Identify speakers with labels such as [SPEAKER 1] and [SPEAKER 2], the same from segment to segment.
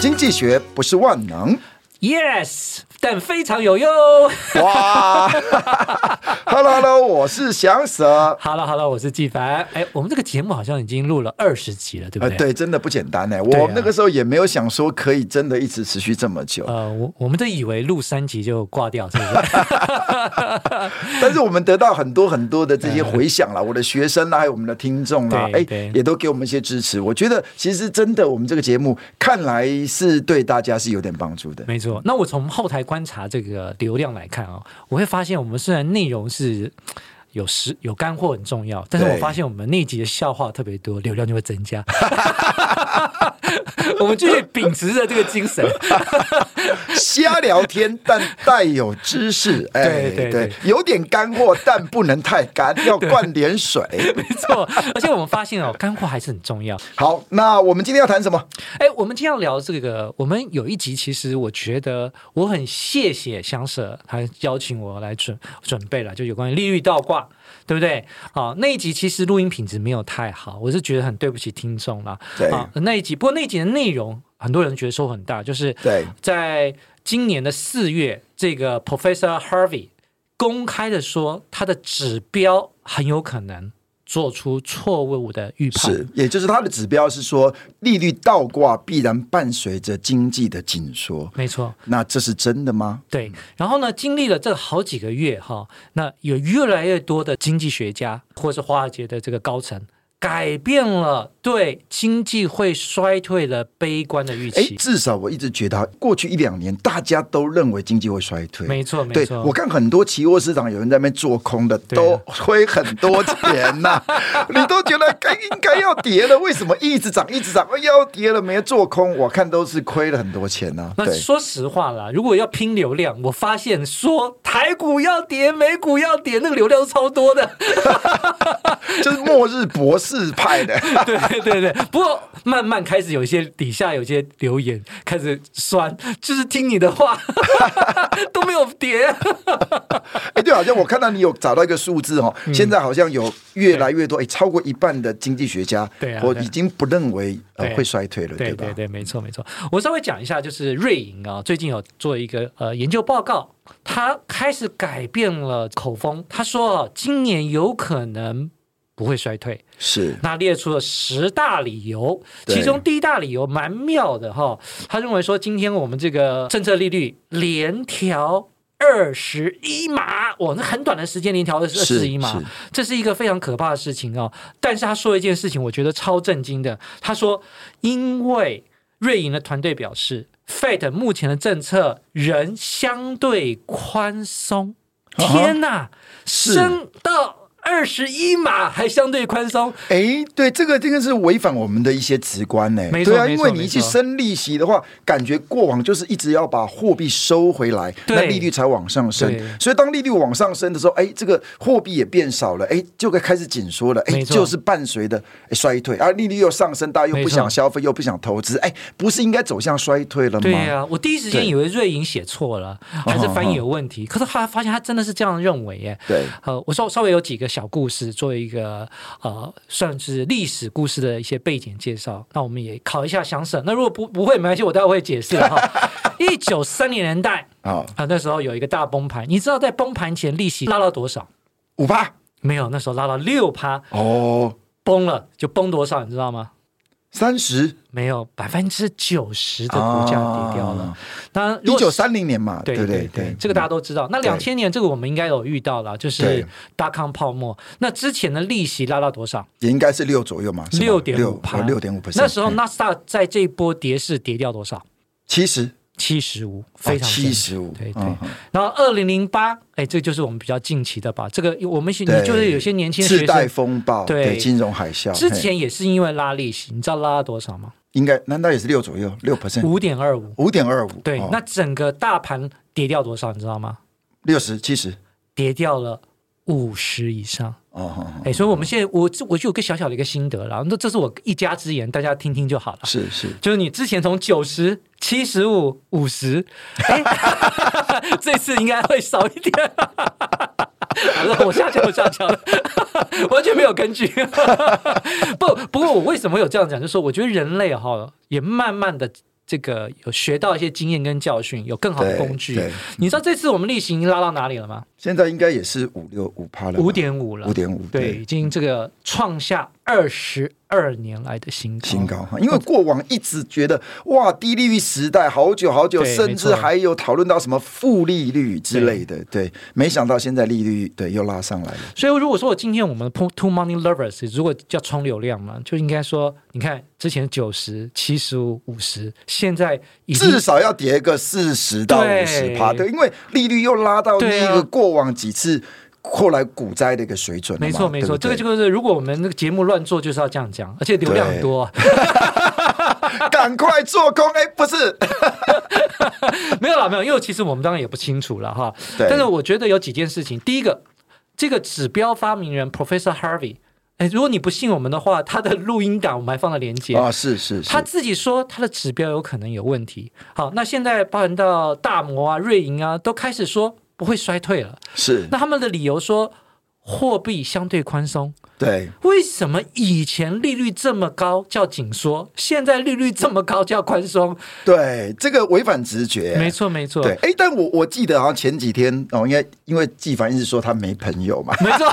[SPEAKER 1] 经济学不是万能。
[SPEAKER 2] Yes，但非常有用。
[SPEAKER 1] 哇，Hello Hello，我 是祥蛇。
[SPEAKER 2] 好了好了，我是纪凡。哎，我们这个节目好像已经录了二十集了，对不
[SPEAKER 1] 呃，
[SPEAKER 2] 对？
[SPEAKER 1] 对，真的不简单呢。欸
[SPEAKER 2] 对啊
[SPEAKER 1] 我那个时候也没有想说可以真的一直持续这么久，
[SPEAKER 2] 呃，我我们都以为录三集就挂掉，是不是？
[SPEAKER 1] 但是我们得到很多很多的这些回响 啦，我的学生啊啦，还有我们的听众啦，
[SPEAKER 2] 对
[SPEAKER 1] 哎
[SPEAKER 2] 对，
[SPEAKER 1] 也都给我们一些支持。我觉得其实真的，我们这个节目看来是对大家是有点帮助的。
[SPEAKER 2] 没错。那我从后台观察这个流量来看啊、我会发现我们虽然内容是。有实有干货很重要，但是
[SPEAKER 1] 对
[SPEAKER 2] 我发现我们那一集的笑话特别多，流量就会增加。 我们继续秉持着这个精神，
[SPEAKER 1] 瞎聊天，但带有知识，哎，
[SPEAKER 2] 对对对
[SPEAKER 1] 有点干货，但不能太干， 要灌点水。
[SPEAKER 2] 没错。而且我们发现哦，干货还是很重要。
[SPEAKER 1] 好，那我们今天要谈什么？
[SPEAKER 2] 哎，我们今天要聊这个，我们有一集，其实我觉得我很谢谢香舍他邀请我来准准备了，就有关于利率倒挂，对不对？好、那一集其实录音品质没有太好，我是觉得很对不起听众啦。
[SPEAKER 1] 对
[SPEAKER 2] 啊，那一集，不过那一集的内容，很多人觉得收获很大，就是
[SPEAKER 1] 对
[SPEAKER 2] 在今年的四月，这个 Professor Harvey 公开的说，他的指标很有可能做出错误的预判。
[SPEAKER 1] 是，也就是它的指标是说，利率倒挂必然伴随着经济的紧缩。
[SPEAKER 2] 没错，
[SPEAKER 1] 那这是真的吗？
[SPEAKER 2] 对，然后呢，经历了这好几个月哈，那有越来越多的经济学家或是华尔街的这个高层改变了对经济会衰退的悲观的预
[SPEAKER 1] 哎，
[SPEAKER 2] 期。
[SPEAKER 1] 至少我一直觉得，过去一两年大家都认为经济会衰退。
[SPEAKER 2] 没错，没
[SPEAKER 1] 对，
[SPEAKER 2] 错，
[SPEAKER 1] 我看很多期货市场有人在那边做空的，
[SPEAKER 2] 对
[SPEAKER 1] 都
[SPEAKER 2] 啊
[SPEAKER 1] 亏很多钱 呐、你都觉得该应该要跌了，为什么一直涨一直涨？哎要跌了没做空？我看都是亏了很多钱呐、
[SPEAKER 2] 那
[SPEAKER 1] 对，
[SPEAKER 2] 说实话啦，如果要拼流量，我发现说台股要跌，美股要跌，那个流量是超多的。
[SPEAKER 1] 就是末日博士派的。
[SPEAKER 2] 对对对，不过慢慢开始有一些底下有些留言开始酸，就是听你的话 都没有跌。
[SPEAKER 1] 哎，对，好像我看到你有找到一个数字哦，
[SPEAKER 2] 嗯
[SPEAKER 1] 现在好像有越来越多，哎，超过一半的经济学家，
[SPEAKER 2] 对啊
[SPEAKER 1] 我
[SPEAKER 2] 对啊
[SPEAKER 1] 已经不认为呃
[SPEAKER 2] 对
[SPEAKER 1] 会衰退了，
[SPEAKER 2] 对
[SPEAKER 1] 吧
[SPEAKER 2] 对？对，没错没错。我稍微讲一下，就是瑞银啊，最近有做一个呃研究报告，他开始改变了口风，他说啊，今年有可能不会衰退。
[SPEAKER 1] 是
[SPEAKER 2] 那列出了十大理由，
[SPEAKER 1] 对
[SPEAKER 2] 其中第一大理由蛮妙的哈，他认为说今天我们这个政策利率连调。二十一码，哇，那很短的时间连调了二
[SPEAKER 1] 是
[SPEAKER 2] 十一码
[SPEAKER 1] 是，
[SPEAKER 2] 这是一个非常可怕的事情哦。但是他说一件事情，我觉得超震惊的。他说，因为瑞银的团队表示，Fed 目前的政策仍相对宽松。
[SPEAKER 1] 啊哈
[SPEAKER 2] 天哪，
[SPEAKER 1] 是
[SPEAKER 2] 升到二十一码还相对宽松，
[SPEAKER 1] 哎，对，这个这个是违反我们的一些直观呢。
[SPEAKER 2] 没错
[SPEAKER 1] 对啊，
[SPEAKER 2] 没
[SPEAKER 1] 因
[SPEAKER 2] 错
[SPEAKER 1] 为你一
[SPEAKER 2] 没
[SPEAKER 1] 去
[SPEAKER 2] 错
[SPEAKER 1] 升利息的话，感觉过往就是一直要把货币收回来，那
[SPEAKER 2] 对
[SPEAKER 1] 利率才往上升
[SPEAKER 2] 对。
[SPEAKER 1] 所以当利率往上升的时候，哎，这个货币也变少了，哎，就该开始紧缩了，哎，
[SPEAKER 2] 没错
[SPEAKER 1] 就是伴随的哎衰退，而利率又上升，大家又不
[SPEAKER 2] 没错
[SPEAKER 1] 想消费，又不想投资，哎，不是应该走向衰退了吗？
[SPEAKER 2] 对呀、我第一时间
[SPEAKER 1] 对
[SPEAKER 2] 以为瑞银写错了，还是翻译有问题。可是后来发现他真的是这样认为耶。
[SPEAKER 1] 哦对
[SPEAKER 2] 呃，我稍稍微有几个小故事做一个呃，算是历史故事的一些背景介绍。那我们也考一下详审。那如果不不会没关系，我待会会解释 的哈。一九三零年代
[SPEAKER 1] 啊，
[SPEAKER 2] 啊、那时候有一个大崩盘，你知道在崩盘前利息拉到多少？
[SPEAKER 1] 五八
[SPEAKER 2] 没有，那时候拉到六趴，
[SPEAKER 1] 哦，
[SPEAKER 2] 崩了就崩多少，你知道吗？
[SPEAKER 1] 三十
[SPEAKER 2] 没有百分之九十的股价跌掉了。
[SPEAKER 1] 啊
[SPEAKER 2] 当然，如
[SPEAKER 1] 一
[SPEAKER 2] 果
[SPEAKER 1] 九三零年嘛，
[SPEAKER 2] 对
[SPEAKER 1] 不
[SPEAKER 2] 对
[SPEAKER 1] 对，嗯
[SPEAKER 2] 这个大家都知道。那
[SPEAKER 1] 对
[SPEAKER 2] 两千年这个我们应该有遇到了，就
[SPEAKER 1] 对
[SPEAKER 2] 是大康泡沫。那之前的利息拉到多少？
[SPEAKER 1] 也应该是六左右嘛，是吧
[SPEAKER 2] 六点五趴，
[SPEAKER 1] 六六点五 percent。嗯
[SPEAKER 2] 那时候纳斯达克在这一波跌势跌掉多少？
[SPEAKER 1] 七十
[SPEAKER 2] 七十五，非常
[SPEAKER 1] 哦七十五，
[SPEAKER 2] 对对
[SPEAKER 1] 嗯嗯
[SPEAKER 2] 然后二零零八，哎，这就是我们比较近期的吧。这个我们你
[SPEAKER 1] 对
[SPEAKER 2] 就是有些年轻的
[SPEAKER 1] 次
[SPEAKER 2] 学
[SPEAKER 1] 贷
[SPEAKER 2] 生
[SPEAKER 1] 风暴，
[SPEAKER 2] 对
[SPEAKER 1] 对金融海啸
[SPEAKER 2] 之
[SPEAKER 1] 嘿
[SPEAKER 2] 前也是因为拉利息，你知道拉了多少吗？
[SPEAKER 1] 应该难道也是六左右，六 percent，
[SPEAKER 2] 五点二五。
[SPEAKER 1] 五点二五，哦
[SPEAKER 2] 对，那整个大盘跌掉多少？你知道吗？
[SPEAKER 1] 六十七十，
[SPEAKER 2] 跌掉了五十以上。
[SPEAKER 1] 哦哦，哦
[SPEAKER 2] 哎，所以我们现在我我就有个小小的一个心得啦，那这是我一家之言，大家听听就好了。
[SPEAKER 1] 是是，
[SPEAKER 2] 就是你之前从九十、七十五、五十，哎 这次应该会少一点。好了，我下桥，我下桥了，完全没有根据。 不，不过我为什么有这样讲？就是说，我觉得人类哈也慢慢的这个有学到一些经验跟教训，有更好的
[SPEAKER 1] 对
[SPEAKER 2] 工具
[SPEAKER 1] 对。
[SPEAKER 2] 你知道这次我们利息已经拉到哪里了吗？
[SPEAKER 1] 现在应该也是五六五趴了吧，
[SPEAKER 2] 五点五了，
[SPEAKER 1] 五点五，
[SPEAKER 2] 对，已经这个创下二十二年来的新高。
[SPEAKER 1] 新高哈，
[SPEAKER 2] 哦
[SPEAKER 1] 因为过往一直觉得哇，低利率时代好久好久，
[SPEAKER 2] 对
[SPEAKER 1] 甚
[SPEAKER 2] 没
[SPEAKER 1] 至
[SPEAKER 2] 错
[SPEAKER 1] 还有讨论到什么负利率之类的，对，没想到现在利率对又拉上来了，
[SPEAKER 2] 所以如果说我今天我们 po- two money lovers 如果叫冲流量嘛，就应该说，你看之前九十、七十五、五十，现在已经
[SPEAKER 1] 至少要跌个四十到五十
[SPEAKER 2] 对
[SPEAKER 1] 趴，对，因为利率又拉到
[SPEAKER 2] 对啊
[SPEAKER 1] 那个过往几次后来股灾的一个水准了嘛，
[SPEAKER 2] 没错没错，这
[SPEAKER 1] 对
[SPEAKER 2] 个
[SPEAKER 1] 不对
[SPEAKER 2] 就是如果我们那个节目乱做，就是要这样讲，而且流量很多，
[SPEAKER 1] 赶快做空，哎，不是，
[SPEAKER 2] 没有啦没有，因为其实我们当然也不清楚了哈。
[SPEAKER 1] 对
[SPEAKER 2] 但是我觉得有几件事情，第一个，这个指标发明人 Professor Harvey，哎，如果你不信我们的话，他的录音档我们还放了连接
[SPEAKER 1] 啊，是是是
[SPEAKER 2] 他，自己说他的指标有可能有问题。好，那现在包含到大摩啊、瑞银啊，都开始说不会衰退了。
[SPEAKER 1] 是
[SPEAKER 2] 那他们的理由说货币相对宽松。
[SPEAKER 1] 对，
[SPEAKER 2] 为什么以前利率这么高叫紧缩，现在利率这么高叫宽松？
[SPEAKER 1] 对，这个违反直觉、
[SPEAKER 2] 没错，没错，
[SPEAKER 1] 对，哎，但我我记得好像前几天哦，应该因为纪凡一直说他没朋友嘛，
[SPEAKER 2] 没 错，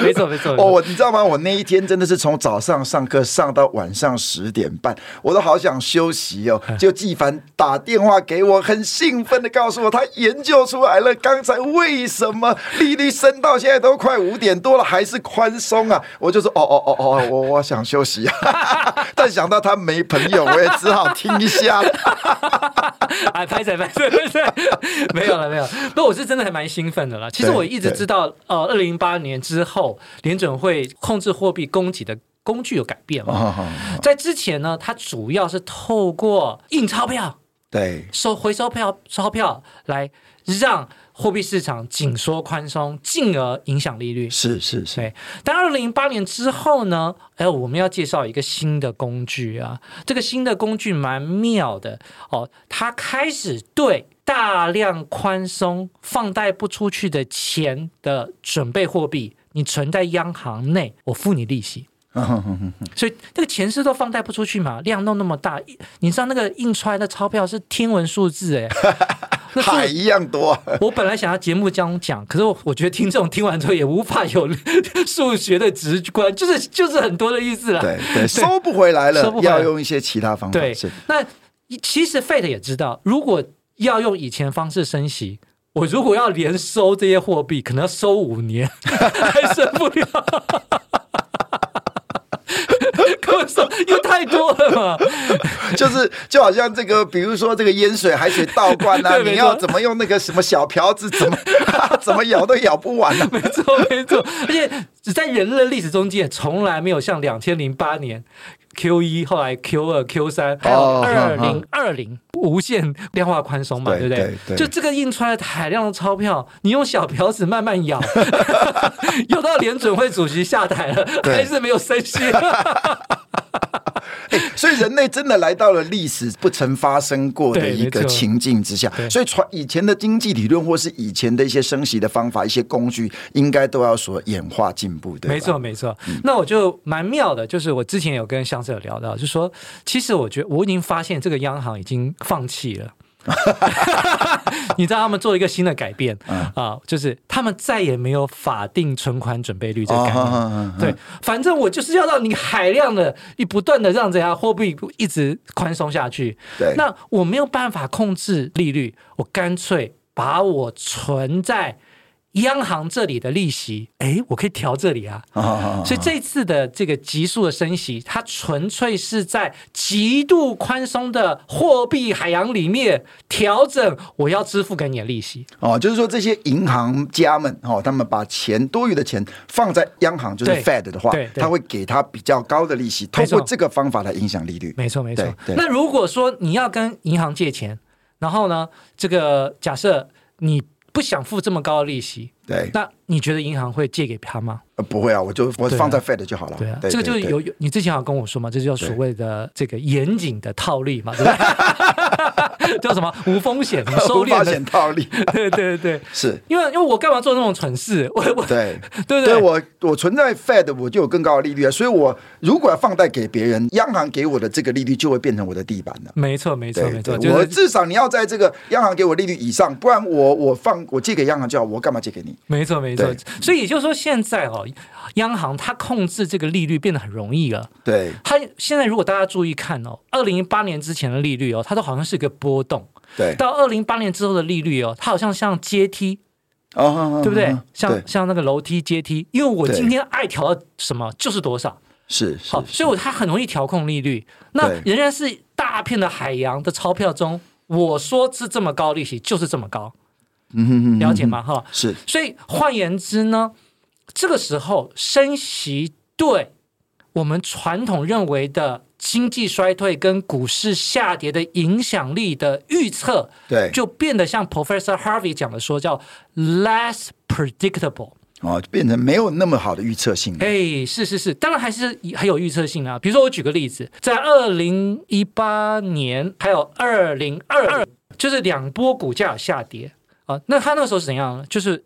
[SPEAKER 2] 没错，没 错，
[SPEAKER 1] 哦，
[SPEAKER 2] 没错。
[SPEAKER 1] 我你知道吗？我那一天真的是从早上上课上到晚上十点半，我都好想休息 哦。就纪凡打电话给我，很兴奋的告诉我，他研究出来了，刚才为什么利率升到现在都快五点多了，还是宽松啊？我就说，哦哦哦哦，我我想休息 啊。但想到他没朋友，我也只好听一 下哦了。
[SPEAKER 2] 哎，拍谁拍谁拍谁， 没有了没有。不，我是真的还蛮兴奋的啦。其实
[SPEAKER 1] 对
[SPEAKER 2] 我一直知道，呃，二零零八年之后，联准会控制货币供给的工具有改变嘛？
[SPEAKER 1] 哦，
[SPEAKER 2] 在之前呢，它主要是透过印钞票、
[SPEAKER 1] 对，
[SPEAKER 2] 收回收票、钞票来让货币市场紧缩宽松，进而影响利率。
[SPEAKER 1] 是是是，
[SPEAKER 2] 对，但二零零八年之后呢？哎，我们要介绍一个新的工具啊，这个新的工具蛮妙的哦，它开始对大量宽松放贷不出去的钱的准备货币，你存在央行内，我付你利息。所以那个钱是都放贷不出去嘛，量弄那么大，一你知道那个印出来的钞票是天文数字哎、那数
[SPEAKER 1] 海一样 多啊。
[SPEAKER 2] 我本来想要节目这样讲，可是我我觉得听众听完之后也无法有数学的直观，就是就是很多的意思啦。
[SPEAKER 1] 对对，收不回来
[SPEAKER 2] 收
[SPEAKER 1] 了
[SPEAKER 2] 不，回来
[SPEAKER 1] 要用一些其他方法。
[SPEAKER 2] 对
[SPEAKER 1] 是
[SPEAKER 2] 那其实 Fed 也知道，如果要用以前方式升息，我如果要连收这些货币，可能要收五年， 还升不了。 可我说又太多了嘛，
[SPEAKER 1] 就是就好像这个，比如说这个烟水、海水倒灌啊，
[SPEAKER 2] 对没错
[SPEAKER 1] 你要怎么用那个什么小瓢子，怎么 怎么咬都咬不完啊。
[SPEAKER 2] 没错没错，而且只在人类历史中间，从来没有像两千零八年 Q 一，后来 Q 二、Q 三，还有
[SPEAKER 1] 哦
[SPEAKER 2] 二
[SPEAKER 1] 嗯
[SPEAKER 2] 零
[SPEAKER 1] 嗯
[SPEAKER 2] 二零无限量化宽松嘛，
[SPEAKER 1] 对
[SPEAKER 2] 对不对？
[SPEAKER 1] 对对
[SPEAKER 2] 就这个印出来的海量的钞票，你用小瓢子慢慢咬， 咬到联准会主席下台了，
[SPEAKER 1] 对
[SPEAKER 2] 还是没有升息。
[SPEAKER 1] 哎所以人类真的来到了历史不曾发生过的
[SPEAKER 2] 对
[SPEAKER 1] 一个
[SPEAKER 2] 没错
[SPEAKER 1] 情境之下
[SPEAKER 2] 对，
[SPEAKER 1] 所以传以前的经济理论或是以前的一些升息的方法、一些工具，应该都要所演化进步，对吧嗯
[SPEAKER 2] 没错，没错。那我就蛮妙的，就是我之前有跟香舍聊到，就说其实我觉得我已经发现这个央行已经放弃了。 你知道他们做一个新的改变
[SPEAKER 1] 嗯
[SPEAKER 2] 啊、就是他们再也没有法定存款准备率这个概念。
[SPEAKER 1] 哦嗯嗯嗯
[SPEAKER 2] 对，反正我就是要让你海量的、一不断的让这家货币一直宽松下去。
[SPEAKER 1] 对
[SPEAKER 2] 那我没有办法控制利率，我干脆把我存在央行这里的利息，诶，我可以调这里啊。
[SPEAKER 1] 啊啊
[SPEAKER 2] 所以这次的这个急速的升息，它纯粹是在极度宽松的货币海洋里面调整我要支付给你的利息。
[SPEAKER 1] 哦，就是说这些银行家们哦，他们把钱多余的钱放在央行，就是
[SPEAKER 2] 对
[SPEAKER 1] Fed 的话
[SPEAKER 2] 对，对
[SPEAKER 1] 他会给他比较高的利息，通
[SPEAKER 2] 没错
[SPEAKER 1] 过这个方法来影响利率。
[SPEAKER 2] 没错，没错。
[SPEAKER 1] 对
[SPEAKER 2] 那如果说你要跟银行借钱，然后呢，这个假设你不想付这么高的利息，
[SPEAKER 1] 对，
[SPEAKER 2] 那你觉得银行会借给他吗？
[SPEAKER 1] 呃不会啊，我就我
[SPEAKER 2] 对啊
[SPEAKER 1] 放在 Fed 就好了。
[SPEAKER 2] 对啊，这个就是
[SPEAKER 1] 对
[SPEAKER 2] 有有，你之前有跟我说嘛，这就叫所谓的这个严谨的套利 嘛，对不对？ 叫什么无风险、什么收
[SPEAKER 1] 无
[SPEAKER 2] 敛
[SPEAKER 1] 风
[SPEAKER 2] 的
[SPEAKER 1] 险，套利
[SPEAKER 2] 对对对。
[SPEAKER 1] 是。
[SPEAKER 2] 因为因为我干嘛做那种蠢事？ 我我
[SPEAKER 1] 对，
[SPEAKER 2] 对不
[SPEAKER 1] 对我我存在 Fed，我就有更高的利率啊，所以我如果要放贷给别人，央行给我的这个利率就会变成我的地板了。
[SPEAKER 2] 没错没错没错，
[SPEAKER 1] 对，我
[SPEAKER 2] 就是
[SPEAKER 1] 至少你要在这个央行给我利率以上，不然我我放我借给央行就好，我干嘛借给你？
[SPEAKER 2] 没错没错
[SPEAKER 1] 对。
[SPEAKER 2] 所以也就是说，现在哦，央行它控制这个利率变得很容易了。
[SPEAKER 1] 对，
[SPEAKER 2] 它现在如果大家注意看哦，二零一八年之前的利率哦，它都好像是一个波动。
[SPEAKER 1] 对，
[SPEAKER 2] 到二零八年之后的利率哦，它好像像阶梯，
[SPEAKER 1] 哦，
[SPEAKER 2] 对不对
[SPEAKER 1] 嗯？
[SPEAKER 2] 像像那个楼梯阶梯，因为我
[SPEAKER 1] 对
[SPEAKER 2] 今天爱调到什么就是多少，
[SPEAKER 1] 是是
[SPEAKER 2] 好，所以我它很容易调控利率。那
[SPEAKER 1] 对
[SPEAKER 2] 仍然是大片的海洋的钞票中，我说是这么高利息就是这么高，
[SPEAKER 1] 嗯哼哼
[SPEAKER 2] 了解？吗？哈、
[SPEAKER 1] 是
[SPEAKER 2] 所以换言之呢，这个时候升息对我们传统认为的经济衰退跟股市下跌的影响力的预测，
[SPEAKER 1] 对，
[SPEAKER 2] 就变得像 Professor Harvey 讲的说叫 less predictable。
[SPEAKER 1] 哦，就变成没有那么好的预测性了。
[SPEAKER 2] 哎，是是是，当然还是很有预测性啊。比如说，我举个例子，在二零一八年还有二零二二，就是两波股价有下跌啊。那他那个时候是怎样呢？就是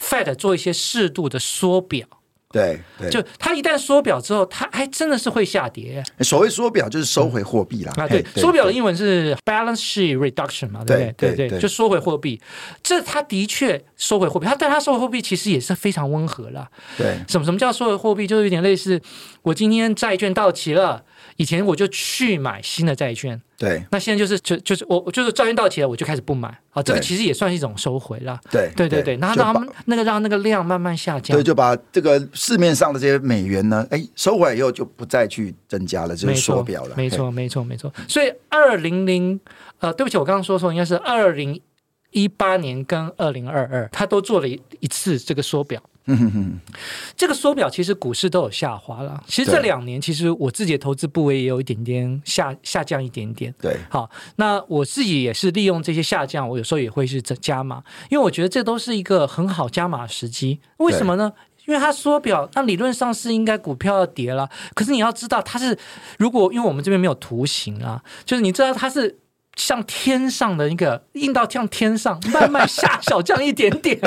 [SPEAKER 2] Fed 做一些适度的缩表，
[SPEAKER 1] 对对，
[SPEAKER 2] 就它一旦缩表之后，它还真的是会下跌
[SPEAKER 1] 所谓缩表就是收回货币啦。
[SPEAKER 2] 啊。
[SPEAKER 1] 嘿
[SPEAKER 2] 对，缩表的英文是 balance sheet reduction 嘛，对不对？
[SPEAKER 1] 对
[SPEAKER 2] 对
[SPEAKER 1] 对对
[SPEAKER 2] 就缩回货币。这它的确收回货币，它但它收回货币其实也是非常温和啦。
[SPEAKER 1] 对
[SPEAKER 2] 什么什么叫所有货币？就是有点类似，我今天债券到期了，以前我就去买新的债券，
[SPEAKER 1] 对
[SPEAKER 2] 那现在就是就就是我就是债券到期了，我就开始不买啊。这个
[SPEAKER 1] 对
[SPEAKER 2] 其实也算是一种收回啦。
[SPEAKER 1] 对
[SPEAKER 2] 对对对，然后
[SPEAKER 1] 就
[SPEAKER 2] 让
[SPEAKER 1] 把
[SPEAKER 2] 他们那个让那个量慢慢下降
[SPEAKER 1] 对，。就把这个市面上的这些美元呢，哎，收回来以后就不再去增加了，就是
[SPEAKER 2] 没错
[SPEAKER 1] 缩表了。
[SPEAKER 2] 没错，没错，没错。所以二零零呃，对不起，我刚刚说错，应该是二零一八年跟二零二二，他都做了一一次这个缩表。
[SPEAKER 1] 嘿，嗯哼哼，
[SPEAKER 2] 这个缩表其实股市都有下滑了。其实这
[SPEAKER 1] 对
[SPEAKER 2] 两年，其实我自己的投资部位也有一点点下下降一点点。
[SPEAKER 1] 对
[SPEAKER 2] 好，那我自己也是利用这些下降，我有时候也会是增加码，因为我觉得这都是一个很好加码的时机。为什么呢？因为它缩表，那理论上是应该股票要跌了。可是你要知道，它是如果因为我们这边没有图形啊，就是你知道它是像天上的一个硬到像天上，慢慢下小降一点点。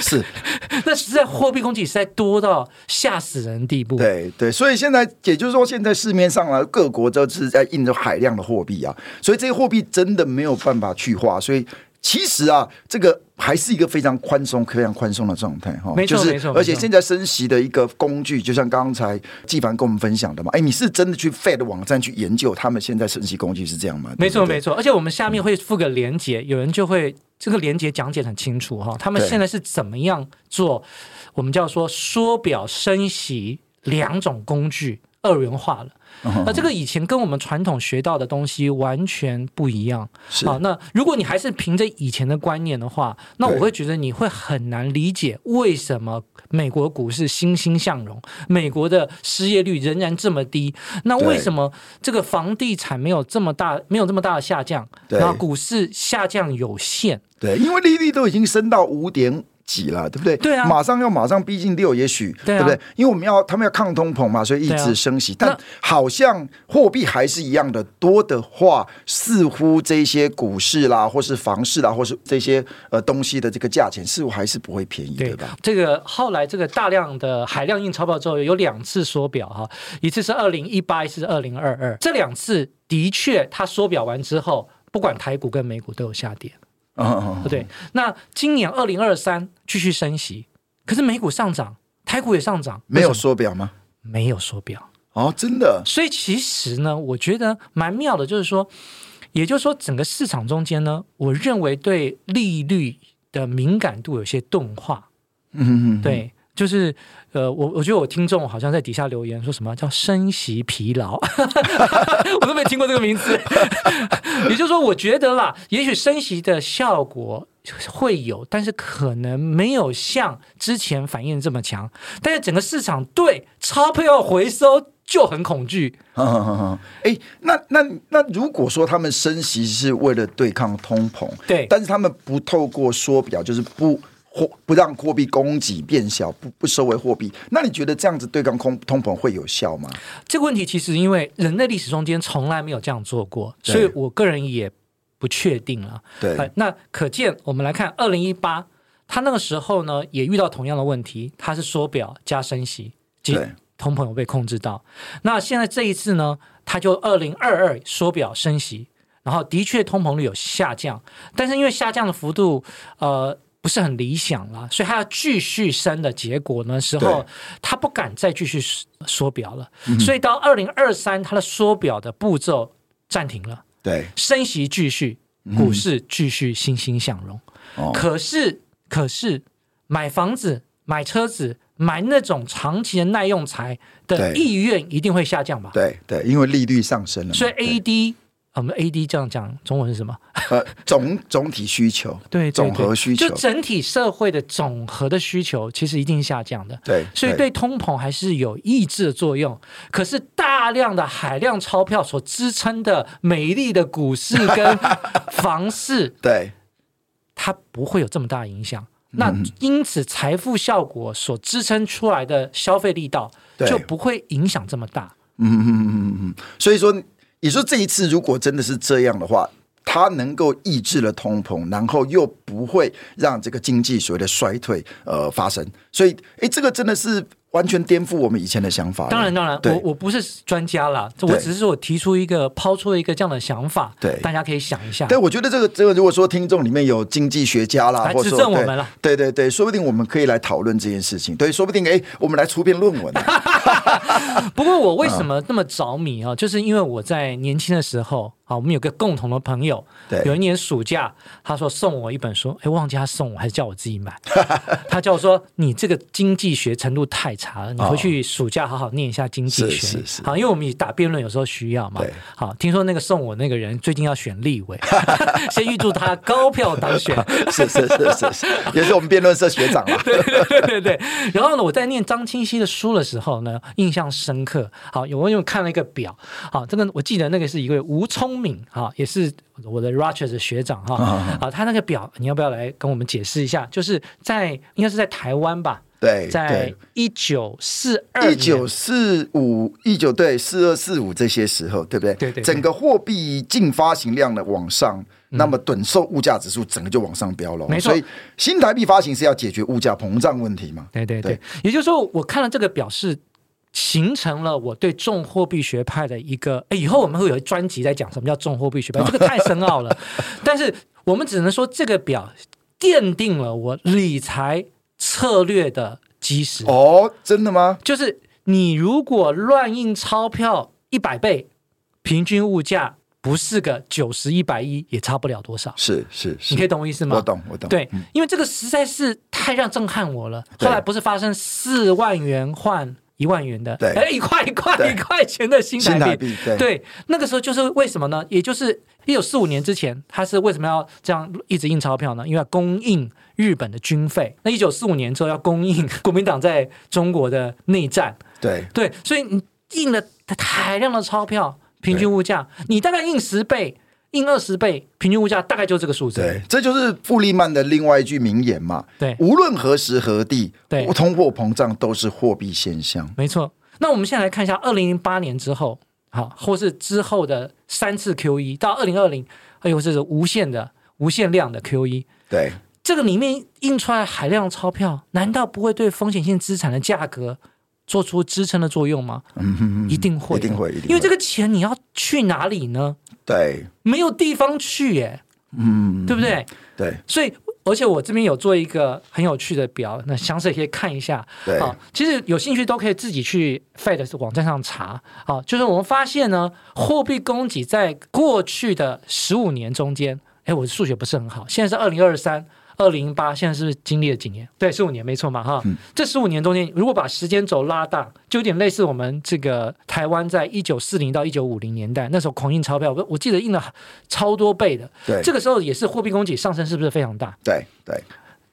[SPEAKER 1] 是，
[SPEAKER 2] 那实在货币供给实在多到吓死人的地步。
[SPEAKER 1] 对对，所以现在也就是说，现在市面上啊，各国都是在印着海量的货币啊，所以这些货币真的没有办法去化，所以。其实啊，这个还是一个非常宽松、非常宽松的状态哈，
[SPEAKER 2] 没错
[SPEAKER 1] 就是
[SPEAKER 2] 没错
[SPEAKER 1] 而且
[SPEAKER 2] 没错
[SPEAKER 1] 现在升息的一个工具，就像刚才纪凡跟我们分享的嘛，哎，你是真的去 Fed 网站去研究他们现在升息工具是这样吗？
[SPEAKER 2] 没错
[SPEAKER 1] 对不对
[SPEAKER 2] 没错，而且我们下面会附个连接，有人就会这个连接讲解得很清楚哈、他们
[SPEAKER 1] 对
[SPEAKER 2] 现在是怎么样做，我们叫说缩表升息两种工具二元化了。
[SPEAKER 1] 嗯
[SPEAKER 2] 那这个以前跟我们传统学到的东西完全不一样
[SPEAKER 1] 是
[SPEAKER 2] 啊。那如果你还是凭着以前的观念的话，那
[SPEAKER 1] 对
[SPEAKER 2] 我会觉得你会很难理解为什么美国股市欣欣向荣，美国的失业率仍然这么低。那啊为
[SPEAKER 1] 对
[SPEAKER 2] 什么这个房地产没有这么大，没有这么大的下降，
[SPEAKER 1] 对
[SPEAKER 2] 然后股市下降有限？
[SPEAKER 1] 对，因为利率都已经升到五点几了，对不对？
[SPEAKER 2] 对啊
[SPEAKER 1] 马上要马上逼近六，也许
[SPEAKER 2] 对啊
[SPEAKER 1] 不对？因为我们要他们要抗通膨嘛，所以一
[SPEAKER 2] 对啊
[SPEAKER 1] 直升息，
[SPEAKER 2] 那
[SPEAKER 1] 但好像货币还是一样的多的话，似乎这些股市啦，或是房市啦，或是这些呃东西的这个价钱，似乎还是不会便宜，对吧？
[SPEAKER 2] 这个后来这个大量的海量印钞票之后，有两次缩表哈，一次是二零一八，一次是二零二二。这两次的确，它缩表完之后，不管台股跟美股都有下跌。
[SPEAKER 1] 嗯嗯，
[SPEAKER 2] 对不对？那今年二零二三继续升息，可是美股上涨，台股也上涨，
[SPEAKER 1] 没有
[SPEAKER 2] 为什么
[SPEAKER 1] 缩表吗？
[SPEAKER 2] 没有缩表，
[SPEAKER 1] 哦，真的，
[SPEAKER 2] 所以其实呢，我觉得蛮妙的，就是说，也就是说，整个市场中间呢，我认为对利率的敏感度有些钝化。
[SPEAKER 1] 嗯嗯，嗯，
[SPEAKER 2] 对，就是呃，我我觉得我听众好像在底下留言说什么叫升息疲劳， 我都没听过这个名字。 也就是说，我觉得啦，也许升息的效果会有，但是可能没有像之前反应这么强。但是整个市场对钞票回收就很恐惧。
[SPEAKER 1] 嗯嗯嗯嗯，哎，那那那如果说他们升息是为了对抗通膨，
[SPEAKER 2] 对
[SPEAKER 1] 但是他们不透过缩表，就是不。货不让货币供给变小，不不收回货币，那你觉得这样子对抗空通膨会有效吗？
[SPEAKER 2] 这个问题其实因为人类历史中间从来没有这样做过，
[SPEAKER 1] 对
[SPEAKER 2] 所以我个人也不确定了。
[SPEAKER 1] 对，
[SPEAKER 2] 呃，那可见我们来看二零一八，他那个时候呢也遇到同样的问题，他是缩表加升息，即
[SPEAKER 1] 对
[SPEAKER 2] 通膨有被控制到。那现在这一次呢，他就二零二二缩表升息，然后的确通膨率有下降，但是因为下降的幅度呃不是很理想啦，所以它要继续升的结果呢时候
[SPEAKER 1] 对，嗯
[SPEAKER 2] 它不敢再继续缩缩表了，所以到二零二三它的缩表的步骤暂停了。
[SPEAKER 1] 对，
[SPEAKER 2] 升息继续，股市继续欣欣向荣。
[SPEAKER 1] 嗯哦，
[SPEAKER 2] 可是，可是买房子、买车子、买那种长期的耐用材的
[SPEAKER 1] 对
[SPEAKER 2] 意愿一定会下降吧？
[SPEAKER 1] 对对，因为利率上升了嘛，
[SPEAKER 2] 所以哎
[SPEAKER 1] 对
[SPEAKER 2] AD，我们 AD 这样讲，中文是什么？
[SPEAKER 1] 呃总总体需求，
[SPEAKER 2] 对，对
[SPEAKER 1] 总和
[SPEAKER 2] 对
[SPEAKER 1] 需求
[SPEAKER 2] 就，整体社会的总和的需求，其实一定下降的。
[SPEAKER 1] 对，
[SPEAKER 2] 所以对通膨还是有抑制的作用。可是大量的海量钞票所支撑的美丽的股市跟房市，
[SPEAKER 1] 对
[SPEAKER 2] 它不会有这么大影响。
[SPEAKER 1] 嗯
[SPEAKER 2] 那因此，财富效果所支撑出来的消费力道
[SPEAKER 1] 对
[SPEAKER 2] 就不会影响这么大。
[SPEAKER 1] 嗯嗯嗯嗯嗯，所以说，你说这一次如果真的是这样的话，它能够抑制了通膨，然后又不会让这个经济所谓的衰退呃发生，所以哎，诶这个真的是完全颠覆我们以前的想法了。
[SPEAKER 2] 当然，当然，
[SPEAKER 1] 对
[SPEAKER 2] 我我不是专家啦，
[SPEAKER 1] 对
[SPEAKER 2] 我只是我提出一个抛出一个这样的想法，
[SPEAKER 1] 对
[SPEAKER 2] 大家可以想一下。
[SPEAKER 1] 但我觉得这个这个，如果说听众里面有经济学家啦，
[SPEAKER 2] 来
[SPEAKER 1] 或者说
[SPEAKER 2] 指正我们了
[SPEAKER 1] 对对对对，说不定我们可以来讨论这件事情。对，说不定哎，我们来出篇论文啊。
[SPEAKER 2] 不过我为什
[SPEAKER 1] 嗯
[SPEAKER 2] 么那么着迷啊？就是因为我在年轻的时候啊，我们有个共同的朋友
[SPEAKER 1] 对，
[SPEAKER 2] 有一年暑假，他说送我一本书，哎，忘记他送我还是叫我自 己买。他叫我说：“你这个经济学程度太差了，你回去暑假好好念一下经济学。
[SPEAKER 1] 是是是
[SPEAKER 2] 好，因为我们也打辩论有时候需要嘛
[SPEAKER 1] 对。
[SPEAKER 2] 好，听说那个送我那个人最近要选立委， 先预祝他高票 当选。
[SPEAKER 1] 是是是是是，也是我们辩论社学长啦。
[SPEAKER 2] 对对对对。然后呢，我在念张清熙的书的时候呢，印象深刻。好，有我有看了一个表，好，这个我记得那个是一位吴聪明，哈，也是我的 Rogers 的学长哈。啊，他那个表你要不要来跟我们解释一下？就是在应该是在台湾吧，
[SPEAKER 1] 对，
[SPEAKER 2] 在
[SPEAKER 1] 对
[SPEAKER 2] 一九四二
[SPEAKER 1] 一九四五、一九对四二四五这些时候，对不对？
[SPEAKER 2] 对对对嗯
[SPEAKER 1] 整个货币净发行量的往上，那么趸售物价指数整个就往上飙了。
[SPEAKER 2] 没错
[SPEAKER 1] 所以新台币发行是要解决物价膨胀问题嘛？
[SPEAKER 2] 对对对，
[SPEAKER 1] 对
[SPEAKER 2] 也就是说，我看了这个表示。形成了我对重货币学派的一个，哎，以后我们会有一专辑在讲什么叫重货币 学派，这个太深奥了。但是我们只能说，这个表奠定了我理财策略的基石。
[SPEAKER 1] 哦，真的吗？
[SPEAKER 2] 就是你如果乱印钞票一百倍，平均物价不是个九十一百一，也差不了多少。
[SPEAKER 1] 是是是，
[SPEAKER 2] 你可以懂我意思吗？
[SPEAKER 1] 我懂我懂。
[SPEAKER 2] 对，因为这个实在是太让震撼我了。
[SPEAKER 1] 嗯对
[SPEAKER 2] 后来不是发生四万元换一万元的，
[SPEAKER 1] 对
[SPEAKER 2] 哎，一块一块
[SPEAKER 1] 对
[SPEAKER 2] 一块钱的新
[SPEAKER 1] 新台
[SPEAKER 2] 台币。
[SPEAKER 1] 币对
[SPEAKER 2] 对，那个时候就是为什么呢？也就是一九四五年之前，他是为什么要这样一直印钞票呢？因为要供应日本的军费。那一九四五年之后要供应国民党在中国的内战，
[SPEAKER 1] 对
[SPEAKER 2] 对，所以你印了大量的钞票，平均物价，你大概印十倍、印二十倍，平均物价大概就这个数字。
[SPEAKER 1] 对，这就是富利曼的另外一句名言嘛。
[SPEAKER 2] 对
[SPEAKER 1] 无论何时何地，
[SPEAKER 2] 对
[SPEAKER 1] 通货膨胀都是货币现象。
[SPEAKER 2] 没错。那我们现在来看一下二零零八年之后，好，或是之后的三次 Q E 到二零二零，哎呦，这是无限的、无限量的 Q E，
[SPEAKER 1] 对，
[SPEAKER 2] 这个里面印出来海量钞票，难道不会对风险性资产的价格做出支撑的作用吗？
[SPEAKER 1] 嗯哼哼，
[SPEAKER 2] 一定会，
[SPEAKER 1] 一定会一定会
[SPEAKER 2] 因为这个钱你要去哪里呢？
[SPEAKER 1] 对
[SPEAKER 2] 没有地方去耶、
[SPEAKER 1] 嗯，
[SPEAKER 2] 对不对？
[SPEAKER 1] 对
[SPEAKER 2] 所以，而且我这边有做一个很有趣的表，那详细可以看一下。
[SPEAKER 1] 对
[SPEAKER 2] 啊，其实有兴趣都可以自己去 Fed 网站上查。啊，就是我们发现呢，货币供给在过去的十五年中间，哎，我数学不是很好，现在是二零二三。二零八现在是不是经历了几年？对，十五年，没错嘛，
[SPEAKER 1] 嗯
[SPEAKER 2] 哈。这十五年中间，如果把时间轴拉大，就有点类似我们这个台湾在一九四零到一九五零年代那时候狂印钞票，我我记得印了超多倍的。
[SPEAKER 1] 对
[SPEAKER 2] 这个时候也是货币供给上升，是不是非常大？
[SPEAKER 1] 对对，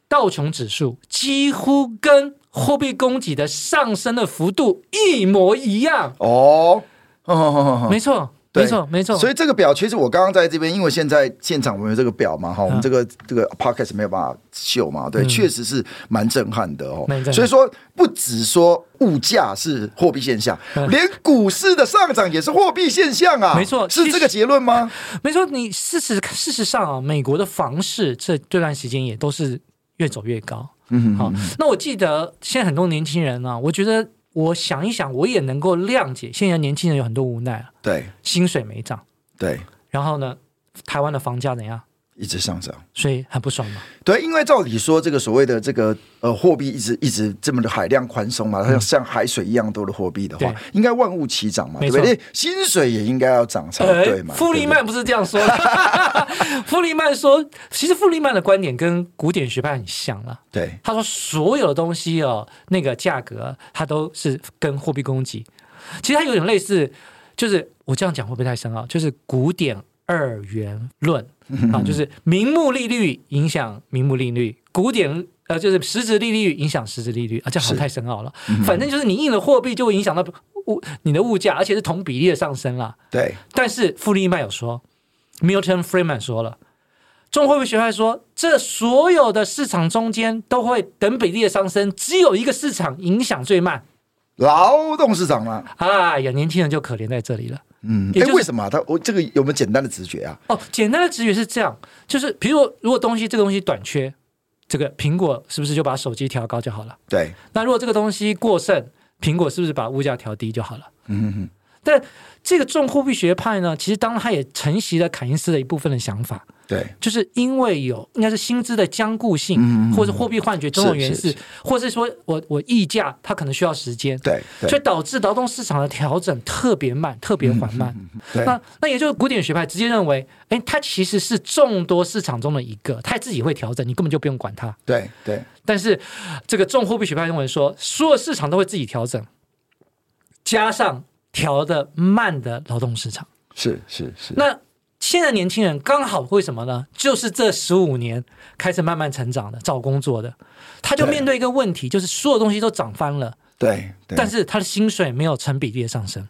[SPEAKER 2] 道琼指数几乎跟货币供给的上升的幅度一模一样。
[SPEAKER 1] 哦，哦哦
[SPEAKER 2] 没错，
[SPEAKER 1] 对
[SPEAKER 2] 没错，没错。
[SPEAKER 1] 所以这个表其实我刚刚在这边，因为现在现场我们有这个表嘛，哈，我们
[SPEAKER 2] 嗯
[SPEAKER 1] 这个这个 podcast 没有办法秀嘛，对，确实是蛮震撼的哦
[SPEAKER 2] 蛮震。撼
[SPEAKER 1] 所以说，不只说物价是货币现象，连股市的上涨也是货币现象啊，
[SPEAKER 2] 嗯没错
[SPEAKER 1] 是
[SPEAKER 2] 其实
[SPEAKER 1] 这个结论吗？
[SPEAKER 2] 没错，你事实事实上啊，美国的房市这这段时间也都是越走越高。
[SPEAKER 1] 嗯
[SPEAKER 2] 好，那我记得现在很多年轻人啊，我觉得我想一想，我也能够谅解现在年轻人有很多无奈啊，
[SPEAKER 1] 对
[SPEAKER 2] 薪水没涨，
[SPEAKER 1] 对，
[SPEAKER 2] 然后呢，台湾的房价怎样，
[SPEAKER 1] 一直上涨。
[SPEAKER 2] 所以很不爽嘛。
[SPEAKER 1] 对，因为照理说，这个所谓的这个呃货币一直一直这么的海量宽松嘛，它像像海水一样多的货币的话
[SPEAKER 2] 嗯对，
[SPEAKER 1] 应该万物齐涨嘛，对
[SPEAKER 2] 没
[SPEAKER 1] 不
[SPEAKER 2] 错
[SPEAKER 1] 对？薪水也应该要涨才
[SPEAKER 2] 呃
[SPEAKER 1] 对嘛。
[SPEAKER 2] 富
[SPEAKER 1] 对
[SPEAKER 2] 利
[SPEAKER 1] 不对
[SPEAKER 2] 曼不是这样说 的， 富利曼说，其实富利曼的观点跟古典学派很像了。
[SPEAKER 1] 对
[SPEAKER 2] 他说所有的东西哦，那个价格它都是跟货币供给，其实它有点类似，就是我这样讲会不会太深奥？就是古典二元 论啊，就是名目利率影响名目利率，古典。呃，就是实质利率影响实质利率啊，这好像
[SPEAKER 1] 是嗯
[SPEAKER 2] 太深奥了。反正就是你印了货币，就会影响到物你的物价，而且是同比例的上升啦。
[SPEAKER 1] 对
[SPEAKER 2] 但是富利曼有说，Milton Friedman 说了，中货币学派说，这所有的市场中间都会等比例的上升，只有一个市场影响最慢。
[SPEAKER 1] 劳动市场嘛，
[SPEAKER 2] 哎呀，年轻人就可怜在这里了。
[SPEAKER 1] 嗯，
[SPEAKER 2] 也
[SPEAKER 1] 哎，
[SPEAKER 2] 就是
[SPEAKER 1] 为什么啊它我这个有没有简单的直觉啊？
[SPEAKER 2] 哦，简单的直觉是这样，就是比如如果东西这个东西短缺，这个苹果是不是就把手机调高就好了？
[SPEAKER 1] 对，
[SPEAKER 2] 那如果这个东西过剩，苹果是不是把物价调低就好了？
[SPEAKER 1] 嗯嗯
[SPEAKER 2] 但这个重货币学派呢，其实当然它也承袭了凯恩斯的一部分的想法，
[SPEAKER 1] 对
[SPEAKER 2] 就是因为有应该是薪资的僵固性，
[SPEAKER 1] 嗯嗯嗯
[SPEAKER 2] 或者货币幻觉种种原因
[SPEAKER 1] 是
[SPEAKER 2] 是，或是说我我溢价，它可能需要时间，
[SPEAKER 1] 对
[SPEAKER 2] 所
[SPEAKER 1] 对
[SPEAKER 2] 以导致劳动市场的调整特别慢，特别缓慢。
[SPEAKER 1] 对
[SPEAKER 2] 那那也就是古典学派直接认为，哎，它其实是众多市场中的一个，它自己会调整，你根本就不用管它。
[SPEAKER 1] 对对，
[SPEAKER 2] 但是这个重货币学派认为说，所有市场都会自己调整，加上调的慢的劳动市场。
[SPEAKER 1] 是是是，
[SPEAKER 2] 那现在年轻人刚好为什么呢？就是这十五年开始慢慢成长的，找工作的，他就
[SPEAKER 1] 对
[SPEAKER 2] 面对一个问题，就是所有东西都涨翻了，
[SPEAKER 1] 对对，
[SPEAKER 2] 但是他的薪水没有成比例的上升。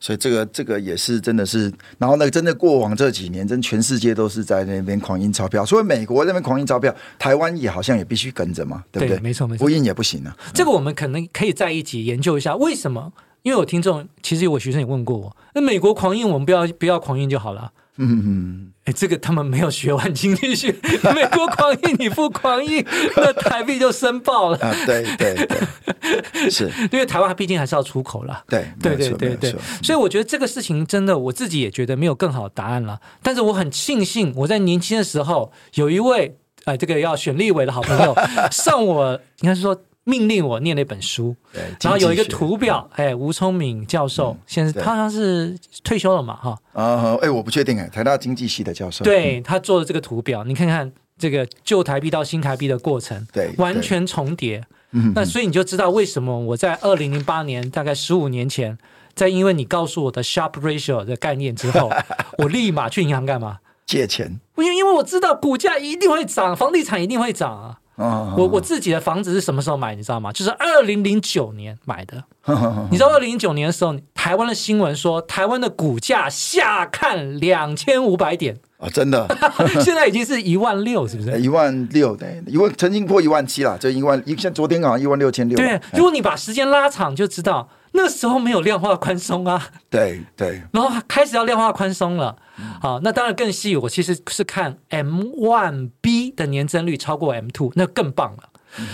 [SPEAKER 1] 所以这个这个也是真的是，然后呢，真的过往这几年，真全世界都是在那边狂印钞票，除了美国那边狂印钞票，台湾也好像也必须跟着嘛，对不对？
[SPEAKER 2] 对没错没错
[SPEAKER 1] 不印也不行啊。
[SPEAKER 2] 这个我们可能可以在一起研究一下为什么。因为我听众，其实我学生也问过我，那美国狂印我们不要不要狂印就好了。
[SPEAKER 1] 嗯，
[SPEAKER 2] 哎，这个他们没有学完经济学，美国狂印你不狂印，那台币就申报了。
[SPEAKER 1] 啊，对对对， 是，
[SPEAKER 2] 因为台湾毕竟还是要出口了。
[SPEAKER 1] 对，
[SPEAKER 2] 对
[SPEAKER 1] 没
[SPEAKER 2] 对
[SPEAKER 1] 有错嗯
[SPEAKER 2] 对对，所以我觉得这个事情真的我自己也觉得没有更好的答案了。但是我很庆幸我在年轻的时候有一位呃这个要选立委的好朋 友上我应该是说命令我念了一本书，
[SPEAKER 1] 对
[SPEAKER 2] 然后有一个
[SPEAKER 1] 经济学嗯
[SPEAKER 2] 图表，哎，吴聪明教授现在
[SPEAKER 1] 对
[SPEAKER 2] 他好像是退休了嘛哈，
[SPEAKER 1] 啊，哎，我不确定哎，台大经济系的教授，
[SPEAKER 2] 对他做的这个图表，你看看这个旧台币到新台币的过程，
[SPEAKER 1] 对
[SPEAKER 2] 完
[SPEAKER 1] 对
[SPEAKER 2] 全重叠。
[SPEAKER 1] 嗯
[SPEAKER 2] 那所以你就知道为什么我在二零零八年，大概十五年前，在因为你告诉我的 sharp ratio 的概念之 后，我立马去银行干嘛？
[SPEAKER 1] 借钱
[SPEAKER 2] 因为因为我知道股价一定会涨，房地产一定会涨啊。
[SPEAKER 1] 啊，
[SPEAKER 2] 我我自己的房子是什么时候买？你知道吗？就是二零零九年买 的。
[SPEAKER 1] 我
[SPEAKER 2] 你知道二零零九年的时候，台湾的新闻说台湾的股价下看两千五百点，
[SPEAKER 1] 啊，真的
[SPEAKER 2] 现在已经是一万六，是不是？
[SPEAKER 1] 一万六，对，一万曾经破一万七了，就一万，一像昨天好像一万六千六，
[SPEAKER 2] 对，啊如果你把时间拉长，就知道那时候没有量化宽松啊，
[SPEAKER 1] 哎对对，
[SPEAKER 2] 然后开始要量化宽松了。好、那当然更细，我其实是看 M one B 的年增率超过 M two，那更棒了。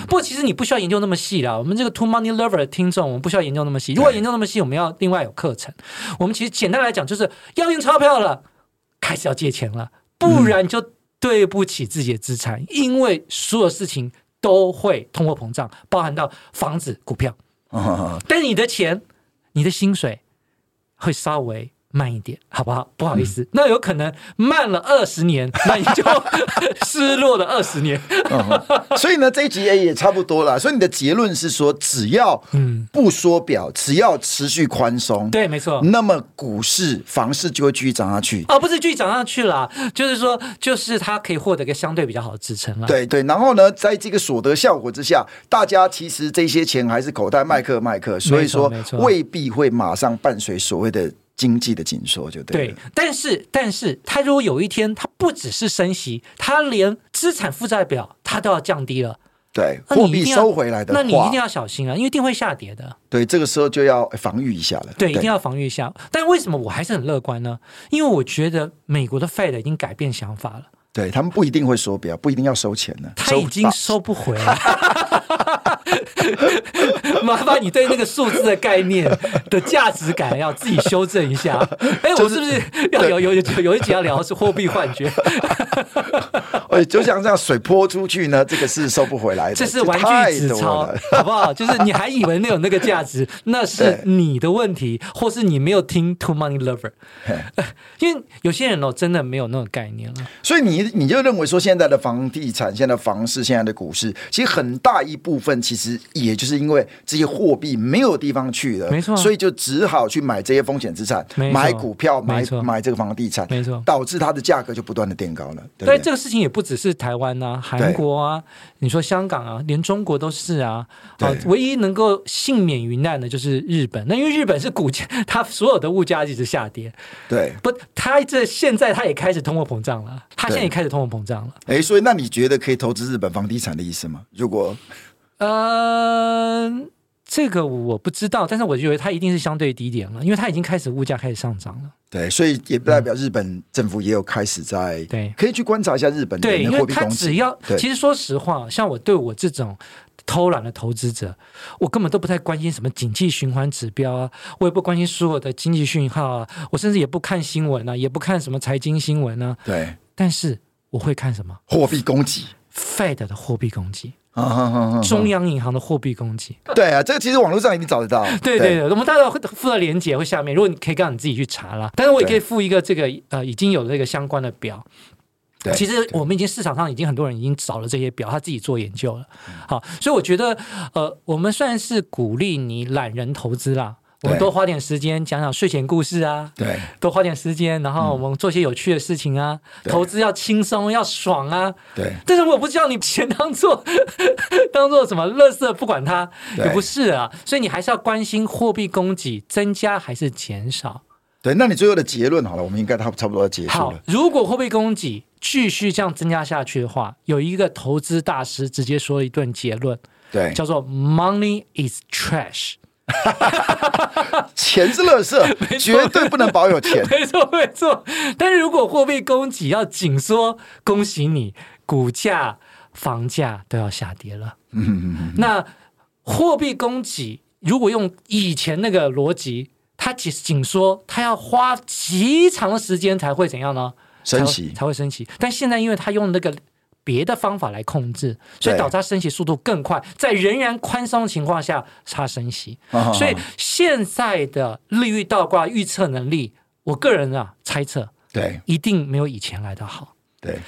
[SPEAKER 2] 不过其实你不需要研究那么细啦，我们这个 Two Money Lover 的听众，我们不需要研究那么细。如果研究那么细，我们要另外有课程。我们其实简单来讲，就是要印钞票了，开始要借钱了，不然就对不起自己的资产，因为所有事情都会通货膨胀，包含到房子、股票，
[SPEAKER 1] 啊，
[SPEAKER 2] 但你的钱、你的薪水会稍微。慢一点，好不好？不好意
[SPEAKER 1] 嗯
[SPEAKER 2] 思，那有可能慢了二十年，那你就 失落了二十年。
[SPEAKER 1] 所以呢，这一集也也差不多了。所以你的结论是说，只要不缩表，只要持续宽松，
[SPEAKER 2] 对，没错。
[SPEAKER 1] 那么股市、房市就会继续涨下去。
[SPEAKER 2] 啊，不是剧涨上去了，就是说，就是它可以获得一个相对比较好的支撑了。
[SPEAKER 1] 对对，然后呢，在这个所得效果之下，大家其实这些钱还是口袋麦克麦克，所以说
[SPEAKER 2] 没错
[SPEAKER 1] 未必会马上伴随所谓的经济的紧缩，就对了。
[SPEAKER 2] 对，但是但是，它如果有一天它不只是升息，它连资产负债表它都要降低了，
[SPEAKER 1] 对，
[SPEAKER 2] 那
[SPEAKER 1] 货
[SPEAKER 2] 你一
[SPEAKER 1] 币
[SPEAKER 2] 定要
[SPEAKER 1] 收回来的
[SPEAKER 2] 那你一
[SPEAKER 1] 话
[SPEAKER 2] 定，要小心啊，因为一定会下跌的。
[SPEAKER 1] 对，这个时候就要防御一下了。
[SPEAKER 2] 对，一定要防御一下。但为什么我还是很乐观呢？因为我觉得美国的 Fed 已经改变想法了，
[SPEAKER 1] 对他们不一定会缩表，不一定要收钱呢。
[SPEAKER 2] 他
[SPEAKER 1] 收
[SPEAKER 2] 已经收不回了。 麻烦你对那个数字的概念的价值感要自己修正一下。哎，我是不是要有有有有一集要聊是货币幻 觉？
[SPEAKER 1] 哎，就像这样水泼出去呢，这个是收不回来的，
[SPEAKER 2] 这是
[SPEAKER 1] 这
[SPEAKER 2] 玩
[SPEAKER 1] 太
[SPEAKER 2] 具纸
[SPEAKER 1] 多
[SPEAKER 2] 钞
[SPEAKER 1] 了，
[SPEAKER 2] 好不好？就是你还以为那有那个价值，那是你的问题，或是你没有听 Two Money Lover，因 为有些人哦，真的没有那种概念了。
[SPEAKER 1] 所以你你就认为说，现在的房地产、现在的房市、现在的股市，其实很大一部分其实也就是因为这些货币没有地方去了，
[SPEAKER 2] 没错
[SPEAKER 1] 所以就只好去买这些风险资产，
[SPEAKER 2] 没错
[SPEAKER 1] 买股票、买
[SPEAKER 2] 没错
[SPEAKER 1] 买这个房地产，
[SPEAKER 2] 没错
[SPEAKER 1] 导致它的价格就不断的垫高了，对不对？
[SPEAKER 2] 对这个事情也不只是台湾呐、韩
[SPEAKER 1] 对
[SPEAKER 2] 国啊，你说香港啊，连中国都是啊。
[SPEAKER 1] 对
[SPEAKER 2] 啊，唯一能够幸免于难的就是日本。那因为日本是股价，它所有的物价一直下跌，
[SPEAKER 1] 对，
[SPEAKER 2] 不，它这现在它也开始通货膨胀了，它现在
[SPEAKER 1] 对
[SPEAKER 2] 也开始通货膨胀了。
[SPEAKER 1] 哎，所以那你觉得可以投资日本房地产的意思吗？如果
[SPEAKER 2] 嗯，这个我不知道，但是我觉得它一定是相对低点了，因为它已经开始物价开始上涨了。
[SPEAKER 1] 对，所以也代表日本政府也有开始在，
[SPEAKER 2] 对
[SPEAKER 1] 可以去观察一下日本的
[SPEAKER 2] 对，因
[SPEAKER 1] 货
[SPEAKER 2] 为
[SPEAKER 1] 币
[SPEAKER 2] 它
[SPEAKER 1] 供
[SPEAKER 2] 只
[SPEAKER 1] 给。
[SPEAKER 2] 要
[SPEAKER 1] 对
[SPEAKER 2] 其实说实话，像我对我这种。偷懒的投资者，我根本都不太关心什么景气循环指标啊，我也不关心所有的经济讯号啊，我甚至也不看新闻啊，也不看什么财经新闻啊。
[SPEAKER 1] 对，
[SPEAKER 2] 但是我会看什么
[SPEAKER 1] 货币供给。
[SPEAKER 2] ？Fed 的货币供给，
[SPEAKER 1] 啊哈哈哈
[SPEAKER 2] 中央银行的货币供给，
[SPEAKER 1] 对啊，这个其实网络上一定找得到。
[SPEAKER 2] 对对对，我们大家会附在连接会下面，如果你可以让你自己去查啦，但是我也可以附一个这个呃已经有的这个相关的表。
[SPEAKER 1] 对
[SPEAKER 2] 其实我们已经市场上已经很多人已经找了这些表，他自己做研究了。
[SPEAKER 1] 嗯
[SPEAKER 2] 好，所以我觉得呃，我们算是鼓励你懒人投资啦。我们
[SPEAKER 1] 对
[SPEAKER 2] 多花点时间讲讲睡前故事啊，
[SPEAKER 1] 对嗯
[SPEAKER 2] 多花点时间，然后我们做些有趣的事情啊。
[SPEAKER 1] 对
[SPEAKER 2] 投资要轻松，要爽啊。
[SPEAKER 1] 对
[SPEAKER 2] 但是我不叫你钱当做 当做什么垃圾，不管它
[SPEAKER 1] 对
[SPEAKER 2] 也不是啊，所以你还是要关心货币供给增加还是减少。
[SPEAKER 1] 对，那你最后的结论好了，我们应该差不差不多要结束
[SPEAKER 2] 好
[SPEAKER 1] 了。，
[SPEAKER 2] 如果货币供给继续这样增加下去的话，有一个投资大师直接说了一段结论，
[SPEAKER 1] 对，
[SPEAKER 2] 叫做 “money is trash”。
[SPEAKER 1] 钱是垃圾，绝对不能保有钱。
[SPEAKER 2] 没错，没错。但是如果货币供给要紧缩，恭喜你，股价、房价都要下跌了。
[SPEAKER 1] 嗯，
[SPEAKER 2] 那货币供给如果用以前那个逻辑，它紧紧缩，它要花极长的时间才会怎样呢？
[SPEAKER 1] 升息
[SPEAKER 2] 才会才会升息。但现在因为它用那个别的方法来控制，所以
[SPEAKER 1] 对
[SPEAKER 2] 导致它升息速度更快，在仍然宽松的情况下，它升息。
[SPEAKER 1] 啊
[SPEAKER 2] 所以现在的利率倒挂预测能力，我个人啊猜测，
[SPEAKER 1] 对
[SPEAKER 2] 一定没有以前来的好。
[SPEAKER 1] 对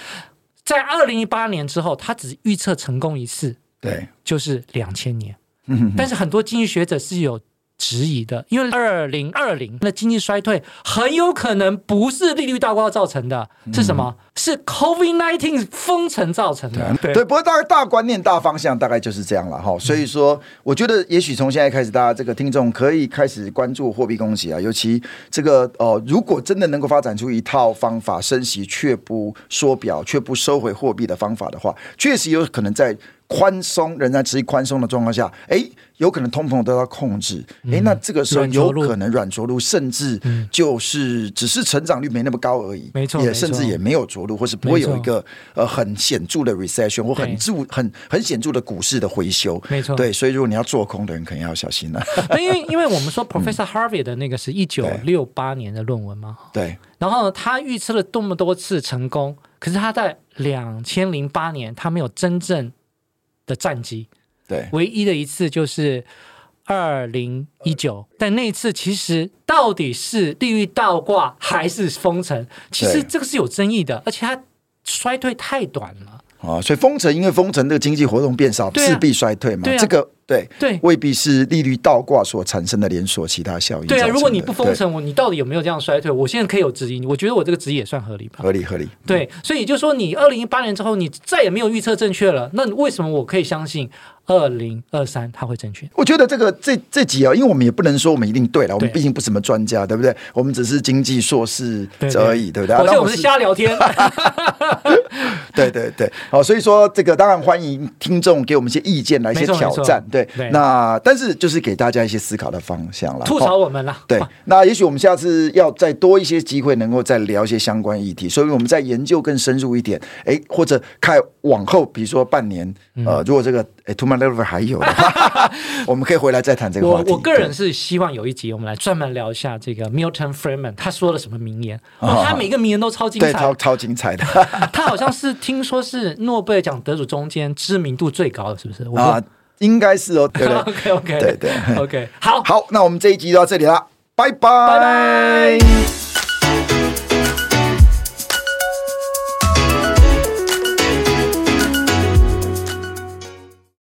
[SPEAKER 2] 在二零一八年之后，它只预测成功一次，
[SPEAKER 1] 对，
[SPEAKER 2] 就是两千年。
[SPEAKER 1] 嗯，
[SPEAKER 2] 但是很多经济学者是有质疑的，因为二零二零的经济衰退很有可能不是利率倒挂造成的，
[SPEAKER 1] 嗯
[SPEAKER 2] 是什么？是 COVID nineteen 封城造成的。
[SPEAKER 1] 对，不过大大观念、大方向大概就是这样了
[SPEAKER 2] 嗯
[SPEAKER 1] 哈。所以说，我觉得也许从现在开始，大家这个听众可以开始关注货币供给啊，尤其这个呃，如果真的能够发展出一套方法，升息却不缩表、却不收回货币的方法的话，确实有可能在。宽松，仍然持续宽松的状况下，哎，有可能通膨得到控制，哎，那这个时候
[SPEAKER 2] 嗯软着
[SPEAKER 1] 有
[SPEAKER 2] 陆
[SPEAKER 1] 可能软着陆，甚至就是只是成长率没那么高而已，
[SPEAKER 2] 没错
[SPEAKER 1] 也
[SPEAKER 2] 没
[SPEAKER 1] 甚至
[SPEAKER 2] 错
[SPEAKER 1] 也没有着陆，或是不会
[SPEAKER 2] 没错
[SPEAKER 1] 有一个呃很显著的 recession 或
[SPEAKER 2] 对
[SPEAKER 1] 很著很很显著的股市的回修，
[SPEAKER 2] 没错
[SPEAKER 1] 对，所以如果你要做空的人，肯定要小心了、
[SPEAKER 2] 那因为因为我们说 Professor Harvey 的那个
[SPEAKER 1] 嗯
[SPEAKER 2] 是一九六八年的论文嘛，
[SPEAKER 1] 对，
[SPEAKER 2] 然后呢他预测了多么多次成功，可是他在两千零八年他没有真正的战绩，
[SPEAKER 1] 对，
[SPEAKER 2] 唯一的一次就是二零一九，但那一次其实到底是利率倒挂还是封城，其实
[SPEAKER 1] 对
[SPEAKER 2] 这个是有争议的，而且它衰退太短了。
[SPEAKER 1] 啊、所以封城，因为封城的经济活动变少，
[SPEAKER 2] 对啊
[SPEAKER 1] 自必衰退嘛，
[SPEAKER 2] 对啊
[SPEAKER 1] 这个对
[SPEAKER 2] 对
[SPEAKER 1] 未必是利率倒挂所产生的连锁其他效应造
[SPEAKER 2] 对
[SPEAKER 1] 成的。
[SPEAKER 2] 啊，如果你不封
[SPEAKER 1] 对，
[SPEAKER 2] 城，我你到底有没有这样衰退？我现在可以有质疑，我觉得我这个质疑也算合理吧。
[SPEAKER 1] 合理合理，
[SPEAKER 2] 对，所以也就是说，你二零一八年之后，你再也没有预测正确了。那你为什么我可以相信二零二三它会正确？
[SPEAKER 1] 我觉得这个这这集啊，因为我们也不能说我们一定对了，我们
[SPEAKER 2] 对
[SPEAKER 1] 毕竟不是什么专家，对不对？我们只是经济硕士
[SPEAKER 2] 对对
[SPEAKER 1] 而已，对不对？
[SPEAKER 2] 好
[SPEAKER 1] 那
[SPEAKER 2] 像我们是瞎 聊天。
[SPEAKER 1] 对对对，好，所以说这个当然欢迎听众给我们一些意见，来一
[SPEAKER 2] 没
[SPEAKER 1] 些
[SPEAKER 2] 错没
[SPEAKER 1] 挑
[SPEAKER 2] 错
[SPEAKER 1] 战。对
[SPEAKER 2] 对，
[SPEAKER 1] 那但是就是给大家一些思考的方向了，
[SPEAKER 2] 吐
[SPEAKER 1] 好
[SPEAKER 2] 槽我们啦。
[SPEAKER 1] 对，那也许我们下次要再多一些机会，能够再聊一些相关议题，所以我们再研究更深入一点。哎，或者看往后，比如说半年，
[SPEAKER 2] 嗯
[SPEAKER 1] 呃，如果这个哎 t o m o r r o w 还有的话， 我们可以回来再谈这个话
[SPEAKER 2] 我
[SPEAKER 1] 题。
[SPEAKER 2] 我个人是希望有一集我们来专门聊一下这个 Milton Friedman 他说了什么名言，哦、他每个名言都超精
[SPEAKER 1] 啊对对
[SPEAKER 2] 彩啊
[SPEAKER 1] 超。超精 彩的
[SPEAKER 2] 他好像是听说是诺贝尔奖得主中间知名度最高的，是不是？我觉得、
[SPEAKER 1] 啊，应该是哦， 对不对？
[SPEAKER 2] OK OK
[SPEAKER 1] 对对
[SPEAKER 2] OK 好。
[SPEAKER 1] 好，那我们这一集就到这里啦，拜拜
[SPEAKER 2] 拜拜